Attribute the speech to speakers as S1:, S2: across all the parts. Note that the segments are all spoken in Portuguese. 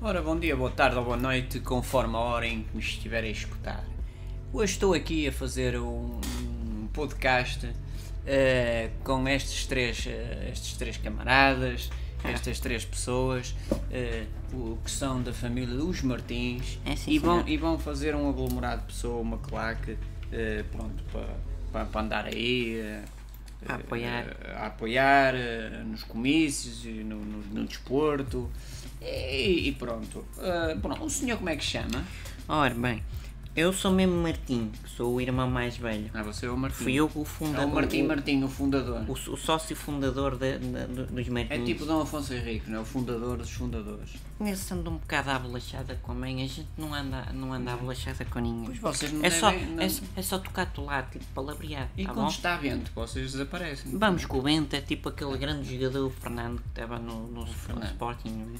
S1: Ora, bom dia, boa tarde ou boa noite, conforme a hora em que me estiver a escutar. Hoje estou aqui a fazer um, um podcast eh, com estes três, eh, estes três camaradas, estas três pessoas, eh, o, que são da família dos Martins,
S2: É, sim,
S1: e, vão,
S2: senhor.
S1: e vão fazer um aglomerado de pessoa, uma claque, eh, pronto, para andar aí. eh,
S2: A apoiar.
S1: eh, a apoiar eh, nos comícios e no, no- no desporto. E, e pronto. Eh, pronto. O senhor como é que se chama?
S2: Ora bem, eu sou mesmo Martim, que sou o irmão mais velho.
S1: Ah, você é o Martim.
S2: Fui eu o
S1: É o
S2: fundador.
S1: Martim Martim, o fundador.
S2: o, o sócio fundador da- da- do- dos
S1: É
S2: Martins.
S1: tipo Dom Afonso Henrique, não é? O fundador dos fundadores.
S2: Nesse ando um bocado à bolachada com a mãe, a gente não anda, não anda à bolachada com ninguém.
S1: Pois vocês não
S2: é,
S1: devem-
S2: só,
S1: não-
S2: é, só- é só tocar-te lá, tipo palavreado.
S1: E
S2: tá
S1: quando
S2: bom?
S1: está vento, vocês desaparecem.
S2: Vamos com o Bento, é tipo aquele grande jogador o Fernando que estava no, no
S1: Fernando. Ah.
S2: Sporting. no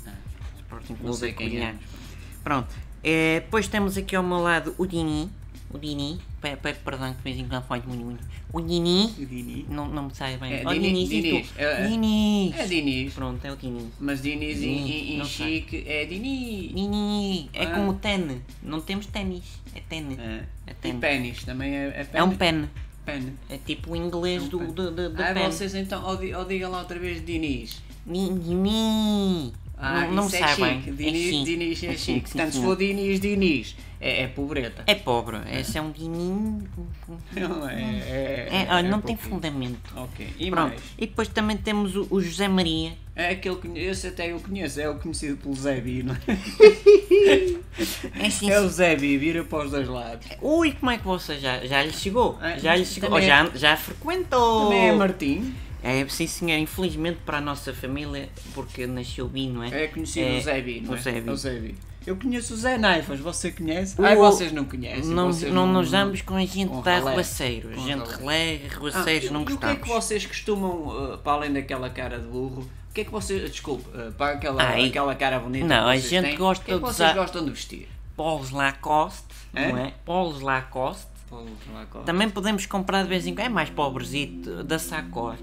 S2: Sporting Clube
S1: sei
S2: de
S1: quem é.
S2: Covilhã. Pronto. Eh, depois temos aqui ao meu lado o Dini. O Dini. Pe- Peço perdão que de vez em quando falo muito, muito. O Dini.
S1: Dini.
S2: Não, não me sai bem.
S1: É,
S2: Ó,
S1: Dini-
S2: Diniz, e tu?
S1: Diniz, é, é.
S2: Diniz.
S1: É Diniz.
S2: Pronto, é o Dini.
S1: Mas Diniz em- em, em
S2: Não sei.
S1: chique é Dini.
S2: Dini. É
S1: Ah.
S2: como o Tene. Não temos ténis. É Tene.
S1: É.
S2: É
S1: E
S2: Tene.
S1: pênis também é, é
S2: É um pen.
S1: pen.
S2: É tipo o inglês do, do, do, do
S1: ah,
S2: pen.
S1: vocês então, ou, di- ou diga lá outra vez Diniz.
S2: Nini.
S1: Ah,
S2: não não
S1: isso
S2: me
S1: é
S2: sai bem.
S1: chique. Diniz,
S2: é chique.
S1: Diniz é,
S2: É
S1: chique.
S2: chique, sim,
S1: Portanto, se
S2: senhor.
S1: for Diniz, Diniz. É, é pobreta.
S2: É pobre. Esse é um dininho.
S1: Não é. é,
S2: É, olha, não tem
S1: pouquinho.
S2: fundamento.
S1: Ok, e
S2: Pronto.
S1: mais?
S2: E depois também temos o, o José Maria.
S1: É aquele que esse até eu conheço, é o conhecido pelo Zé Bi, não é?
S2: É assim.
S1: É o Zé Bi, vira para os dois lados.
S2: Ui, como é que você já, já lhe chegou?
S1: É,
S2: Já lhe chegou? Ou
S1: também é-
S2: já, já frequentou?
S1: Também é Martim,
S2: É, sim, senhor. Infelizmente para a nossa família, porque nasceu bi, não é?
S1: é conhecido o Zé Bi, não é?
S2: O Zé Bi.
S1: O Zé Bi. Eu conheço o Zé Naifas, você conhece?
S2: O-
S1: Ai, vocês não conhecem.
S2: Não,
S1: vocês
S2: não nos damos com a gente
S1: com
S2: da
S1: ralé.
S2: Ruaceiro. A
S1: Com
S2: gente
S1: ralé.
S2: relega,
S1: Ah,
S2: Ruaceiros
S1: e-
S2: não
S1: E o que é que
S2: gostamos.
S1: vocês costumam, uh, para além daquela cara de burro, o que é que vocês, desculpe, uh, para aquela,
S2: Ai.
S1: aquela cara bonita
S2: Ah, Não,
S1: que
S2: a
S1: vocês
S2: gente
S1: têm,
S2: gosta
S1: o que é que
S2: de
S1: vocês
S2: usar-
S1: gostam de vestir?
S2: Pauls Lacoste,
S1: É?
S2: não é? Pauls Lacoste. Também podemos comprar de vez em quando. É mais pobrezito da Sacor.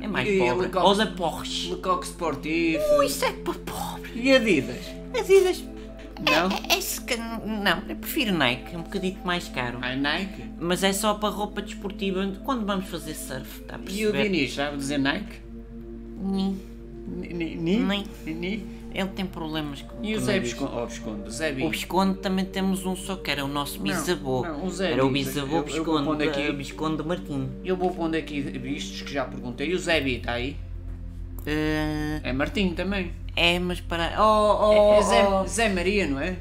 S2: É mais
S1: E
S2: pobre.
S1: Lecoq-
S2: Ou da Porsche.
S1: Lecoque Sportif
S2: Ui, isso é para pobre.
S1: e Adidas,
S2: Adidas.
S1: não?
S2: É, é esse que- não, eu prefiro Nike. É um bocadinho mais caro.
S1: Ai, Nike.
S2: Mas é só para roupa desportiva quando vamos fazer surf. Está a
S1: E o
S2: perceber?
S1: Diniz, sabe dizer Nike?
S2: Ni-
S1: Ni- ni- ni-
S2: Ni.
S1: ni-
S2: Ele tem problemas com
S1: E o
S2: com
S1: Zé
S2: nariz.
S1: Biscondo? Oh, Biscondo, Zé Bi.
S2: O Visconde também temos um só que era o nosso bisavô.
S1: não, o Zé
S2: era o
S1: Bi- eu-
S2: bisavô
S1: eu vou pondo
S2: Visconde,
S1: aqui.
S2: eh, Visconde Martim.
S1: Eu vou pondo aqui vistos que já perguntei. E o Zé Bi está aí?
S2: Eh,
S1: É Martim também.
S2: é, mas para. Oh, oh,
S1: é Zé,
S2: oh,
S1: Zé Maria, não é?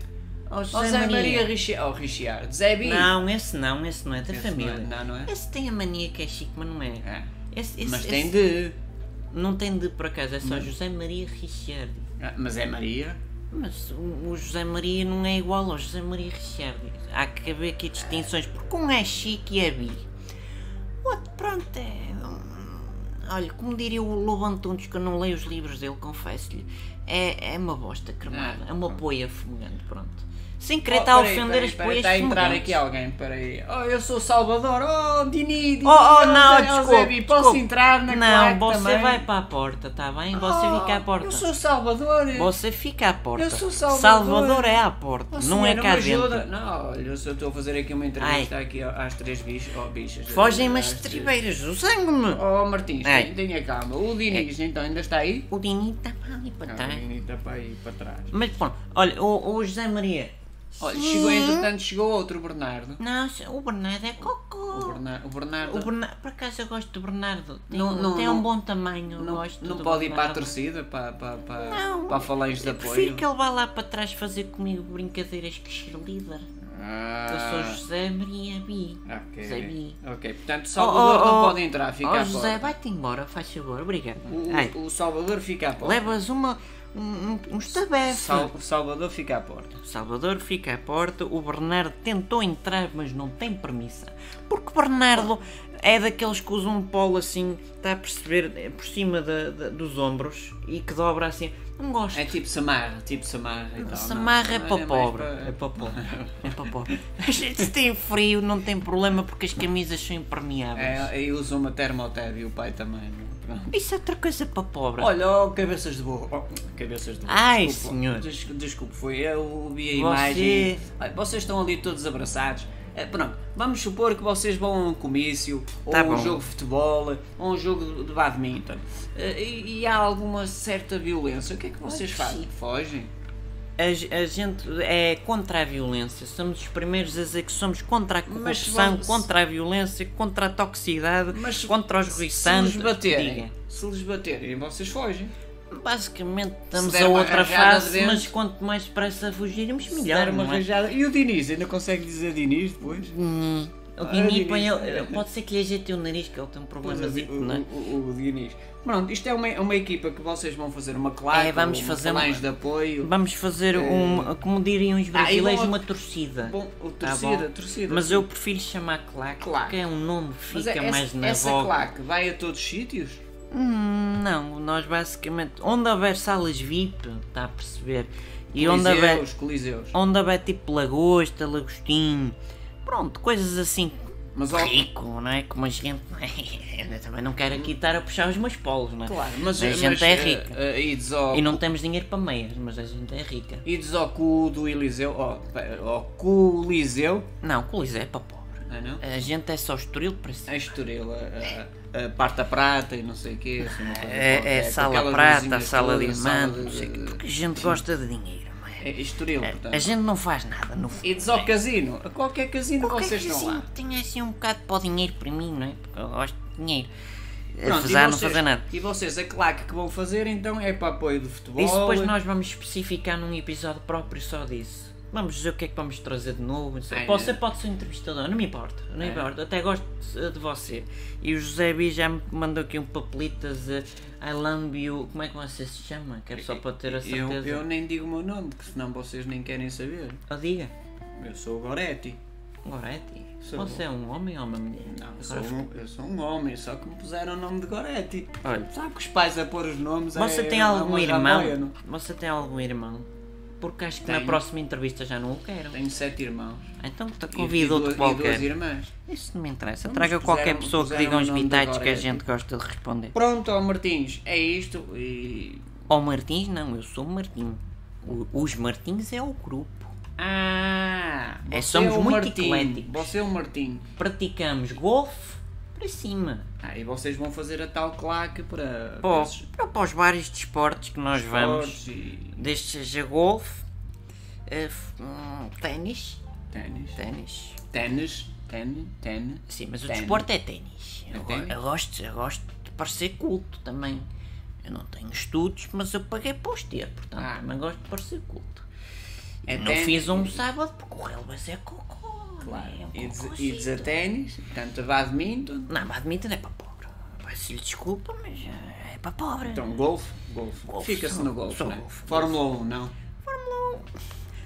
S2: oh,
S1: Oh, Zé, Maria, Richi- oh, Richard. Zé Bi.
S2: Não, esse não, esse não é da
S1: Esse
S2: família.
S1: não é- não, não é?
S2: Esse tem a mania que é chique, mas não é.
S1: É.
S2: Esse, esse-
S1: Mas
S2: esse-
S1: tem de.
S2: Não tem de por acaso, é só José Maria Richardi.
S1: Ah, Mas é Maria.
S2: Mas o, o José Maria não é igual ao José Maria Richardi. Há que haver aqui distinções, porque um é chique e é bi. O outro, pronto, é. Olha, como diria o Lobo Antunes, que eu não leio os livros dele, confesso-lhe, é, é uma bosta cremada,
S1: Ah,
S2: é uma
S1: pronto.
S2: poia fumegante, pronto. Sem
S1: Oh,
S2: querer estar a
S1: peraí,
S2: ofender
S1: peraí,
S2: as
S1: peraí,
S2: poias
S1: Está a entrar
S2: fumegantes.
S1: aqui alguém, peraí. Oh, eu sou o Salvador. Oh, Dini, Dini.
S2: Oh, oh,
S1: Zé-
S2: não,
S1: Zé
S2: desculpe,
S1: Bi,
S2: desculpe.
S1: Posso entrar na
S2: Não,
S1: claque
S2: você
S1: também?
S2: vai para a porta, tá bem? Você
S1: Oh,
S2: fica à porta.
S1: Eu sou o Salvador.
S2: Você fica à porta.
S1: Eu sou Salvador.
S2: é à porta,
S1: Oh,
S2: não é
S1: senhora,
S2: cá
S1: me ajuda.
S2: dentro.
S1: Não, olha, eu só estou a fazer aqui uma entrevista aqui ó, às três bichas. Oh, bichas.
S2: Fogem-me
S1: Às
S2: as
S1: três.
S2: tribeiras, usando-me.
S1: Oh, Martins,
S2: Ai. É.
S1: ten- tenha calma. O Diniz, então, ainda está aí?
S2: O Dini está ali para
S1: Ah, O
S2: trás.
S1: Diniz está para aí, para trás.
S2: Mas pronto, olha, o, o José Maria.
S1: Olha,
S2: Hum.
S1: chegou, entretanto, chegou outro Bernardo.
S2: Não, o Bernardo é
S1: O
S2: cocô.
S1: Bernardo, o Bernardo
S2: O Bernardo, por acaso eu gosto do Bernardo. Tem,
S1: Não, não,
S2: tem
S1: não.
S2: um bom tamanho, eu
S1: não,
S2: gosto
S1: não
S2: do
S1: pode ir para a
S2: Bernardo.
S1: torcida, para, para, para,
S2: Não. é
S1: para a falange de
S2: Eu Prefiro
S1: apoio.
S2: que ele vá lá para trás fazer comigo brincadeiras que cheerleader. Eu sou
S1: Ah,
S2: José Maria Bi. José
S1: ok.
S2: Bi.
S1: Ok, portanto, Salvador não
S2: oh.
S1: pode entrar, fica
S2: Ó
S1: à
S2: José,
S1: porta.
S2: vai-te embora, faz favor, obrigado. Ai,
S1: O, o- o Salvador fica à porta.
S2: levas uma, um, um, uns tabefes.
S1: Sal- o Salvador fica à porta.
S2: O Salvador fica à porta, o Bernardo tentou entrar, mas não tem permissão. Porque o Bernardo É daqueles que usam um polo assim, está a perceber, eh, por cima da- da- dos ombros e que dobra assim. Não gosto.
S1: É tipo Samarra, tipo Samarra e tal.
S2: Samarra é
S1: não,
S2: para
S1: mais
S2: pobre.
S1: para-
S2: É para pobre. É para pobre. Mas se tem frio, não tem problema porque as camisas são impermeáveis.
S1: É, e usa uma termoteb e o pai também. não? Pronto.
S2: Isso é outra coisa para pobre.
S1: Olha, oh, cabeças de burro. Oh, cabeças de burro.
S2: Ai,
S1: Desculpa.
S2: senhor.
S1: Des- desculpe, foi eu vi a
S2: Você-
S1: imagem. Olha, vocês estão ali todos abraçados. Eh, Pronto, vamos supor que vocês vão a um comício, ou
S2: Tá
S1: a um
S2: bom.
S1: jogo de futebol, ou a um jogo de badminton, Eh, e, e há alguma certa violência, o que é que vocês
S2: que
S1: fazem?
S2: sim.
S1: Fogem?
S2: A, ge- a gente é contra a violência. Somos os primeiros a dizer que somos contra a
S1: Mas se
S2: corrupção,
S1: vão-
S2: contra a violência, contra a toxicidade,
S1: Mas se-
S2: contra os
S1: Se
S2: ruiçantes.
S1: lhes baterem, se lhes baterem, vocês fogem.
S2: Basicamente estamos
S1: der
S2: a
S1: uma
S2: outra
S1: rajada
S2: face,
S1: de dente-
S2: mas quanto mais depressa fugirmos,
S1: Se
S2: melhor.
S1: der uma
S2: não é?
S1: rajada. E o Diniz, ainda consegue dizer Diniz depois?
S2: Hum, o
S1: Ah,
S2: Dini,
S1: Diniz.
S2: põe ele- eh, pode ser que lhe ajeite o nariz, que ele tem
S1: Pois
S2: um
S1: é,
S2: problemazinho,
S1: o,
S2: não é?
S1: o, o Diniz. Pronto, isto é uma, é uma equipa que vocês vão fazer uma claque,
S2: É, vamos
S1: uma
S2: fazer
S1: falange
S2: uma-
S1: de apoio.
S2: Vamos
S1: É.
S2: fazer, um, como diriam os brasileiros,
S1: vão-
S2: uma torcida.
S1: Ah, Bom, o
S2: Tá
S1: torcida,
S2: bom.
S1: torcida.
S2: Mas eu prefiro chamar claque,
S1: Claque.
S2: porque é um nome que
S1: Mas
S2: fica
S1: é-
S2: mais
S1: essa,
S2: na
S1: essa
S2: voga.
S1: claque vai a todos os sítios?
S2: Hum, Não, nós basicamente. Onde houver salas VIP, está a perceber? E onde
S1: Coliseus,
S2: houver,
S1: coliseus.
S2: onde houver tipo lagosta, lagostim, pronto, coisas assim.
S1: Mas, ó,
S2: Rico, não é? Como a gente. Eu também não quero aqui estar a puxar os meus polos, não é?
S1: claro, mas,
S2: a
S1: mas,
S2: gente é
S1: eh,
S2: rica.
S1: eh, ides ao,
S2: E não temos dinheiro para meias, mas a gente é rica.
S1: ides ao cu do Eliseu, ó, pe- ao coliseu,
S2: Não, Coliseu é para pobre.
S1: ah não?
S2: A gente é só estoril para si.
S1: A Estoril, a, a, a parte da prata e não sei o quê. Assim, uma coisa qualquer,
S2: É, é
S1: com
S2: sala
S1: aquelas
S2: prata,
S1: luzinhas
S2: sala
S1: todas, sala
S2: diamante, não sei o quê.
S1: de-
S2: Porque a gente gosta de dinheiro, não é?
S1: É Estoril,
S2: A
S1: portanto.
S2: gente não faz nada, no fundo.
S1: E diz ao casino, a qualquer casino
S2: Qualquer
S1: é vocês estão
S2: coisinha
S1: lá.
S2: que tenha assim um bocado para o dinheiro para mim, não é? Porque eu gosto de dinheiro.
S1: Pronto, e
S2: Apesar de não
S1: vocês-
S2: fazer nada.
S1: E vocês, a claque que vão fazer então é para apoio de futebol. é
S2: Isso depois é nós vamos especificar num episódio próprio só disso. Vamos dizer o que é que vamos trazer de novo. não sei.
S1: Ai,
S2: Você
S1: não.
S2: pode ser um entrevistador, não me importa. Não
S1: É.
S2: importa, até gosto eh, de de você. E o José B já me mandou aqui um papelito a dizer I love you. Como é que você se chama? Quero só para ter a
S1: eu,
S2: certeza.
S1: eu nem digo o meu nome, porque senão vocês nem querem saber.
S2: Oh, diga,
S1: Eu sou o Goretti.
S2: Goretti,
S1: Sou
S2: você é um homem ou uma mulher?
S1: Não, eu sou,
S2: Agora
S1: um, eu sou um homem, só que me puseram o nome de Goretti.
S2: Olha.
S1: Sabe que os pais a pôr os nomes
S2: Você
S1: é,
S2: tem
S1: é uma
S2: algum irmão?
S1: ramboia, não?
S2: Você tem algum irmão? Porque acho que na
S1: Tenho.
S2: próxima entrevista já não o quero.
S1: Tenho sete irmãos.
S2: Então te
S1: E-
S2: convido
S1: e,
S2: de
S1: duas- e duas
S2: qualquer.
S1: irmãs.
S2: Isso não me interessa.
S1: Não,
S2: Traga
S1: mas
S2: qualquer
S1: puseram-
S2: pessoa que
S1: puseram
S2: diga
S1: o
S2: uns
S1: nome do
S2: bitites que a
S1: Gorete.
S2: gente gosta de responder.
S1: Pronto, ó Martins, é isto e.
S2: Ou Martins, não, eu sou o Martim. O- os Martins é o grupo.
S1: Ah!
S2: É,
S1: você
S2: somos
S1: o
S2: muito
S1: Martim.
S2: ecléticos.
S1: Você é o Martim.
S2: Praticamos golfe para cima.
S1: Ah, e vocês vão fazer a tal claque para.
S2: Para,
S1: para esses
S2: para, os vários desportos que nós vamos.
S1: esportes E
S2: Desde seja golfe, eh, f- hum, ténis.
S1: ténis.
S2: Ténis.
S1: Ténis. Ténis. Ténis.
S2: Sim, mas o
S1: Ténis.
S2: desporto é ténis. Eu, go-
S1: ténis?
S2: eu gosto, eu gosto de parecer culto também. Eu não tenho estudos, mas eu paguei para os ter, portanto
S1: Ah.
S2: também gosto de parecer culto.
S1: É
S2: não
S1: ténis.
S2: fiz um sábado porque o relvas é cocó.
S1: Claro.
S2: É um
S1: E diz- E diz a
S2: cocôzito.
S1: ténis, tanto badminton.
S2: Não, badminton é para pobre. Peço-lhe desculpa, mas eh, é para pobre.
S1: Então, golfe. Golfe.
S2: Golfe,
S1: Fica-se
S2: só-
S1: no golfe.
S2: só
S1: né?
S2: golfe.
S1: Fórmula 1, não.
S2: um.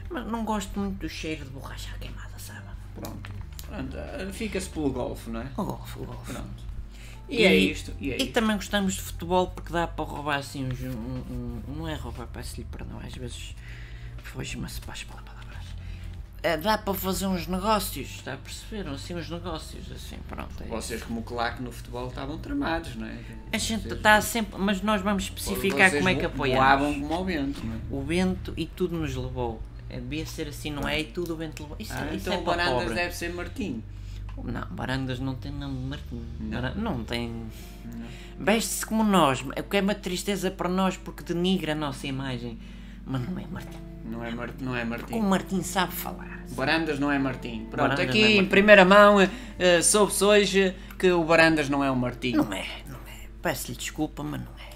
S2: Mas não gosto muito do cheiro de borracha queimada, sabe?
S1: Pronto. Pronto. ah, Fica-se pelo golfe, não é?
S2: O golfe, o golfe.
S1: Pronto. E, é isto. E é
S2: e
S1: isto.
S2: também gostamos de futebol porque dá para roubar assim uns. Um, um- não é roubar, peço-lhe perdão, às vezes foge-me-se para as palavras. Eh, Dá para fazer uns negócios, está a perceber? Assim, uns negócios, assim, pronto. é isso.
S1: Vocês, como claque no futebol, estavam tramados, não é?
S2: A gente está sempre. Mas nós vamos especificar como é que apoiamos.
S1: Voavam como ao vento, não é?
S2: O vento e tudo nos levou. Eh, Devia ser assim, não é? E tudo o vento levou. Isso,
S1: Ah,
S2: isso
S1: então
S2: é
S1: o
S2: para
S1: Barandas
S2: pobre.
S1: deve ser Martim.
S2: Não, Barandas não tem nome de Martim. Baran- Não tem. Veste-se como nós, o que é uma tristeza para nós porque denigra a nossa imagem. Mas não é Martim.
S1: Não é, Mar... não é
S2: O
S1: Martim.
S2: Martim sabe falar.
S1: Barandas não é Martim. Pronto,
S2: Barandas
S1: aqui
S2: não é
S1: em
S2: Martim.
S1: primeira mão eh, soube-se hoje que o Barandas não é o Martim.
S2: Não é, não é. Peço-lhe desculpa, mas não é.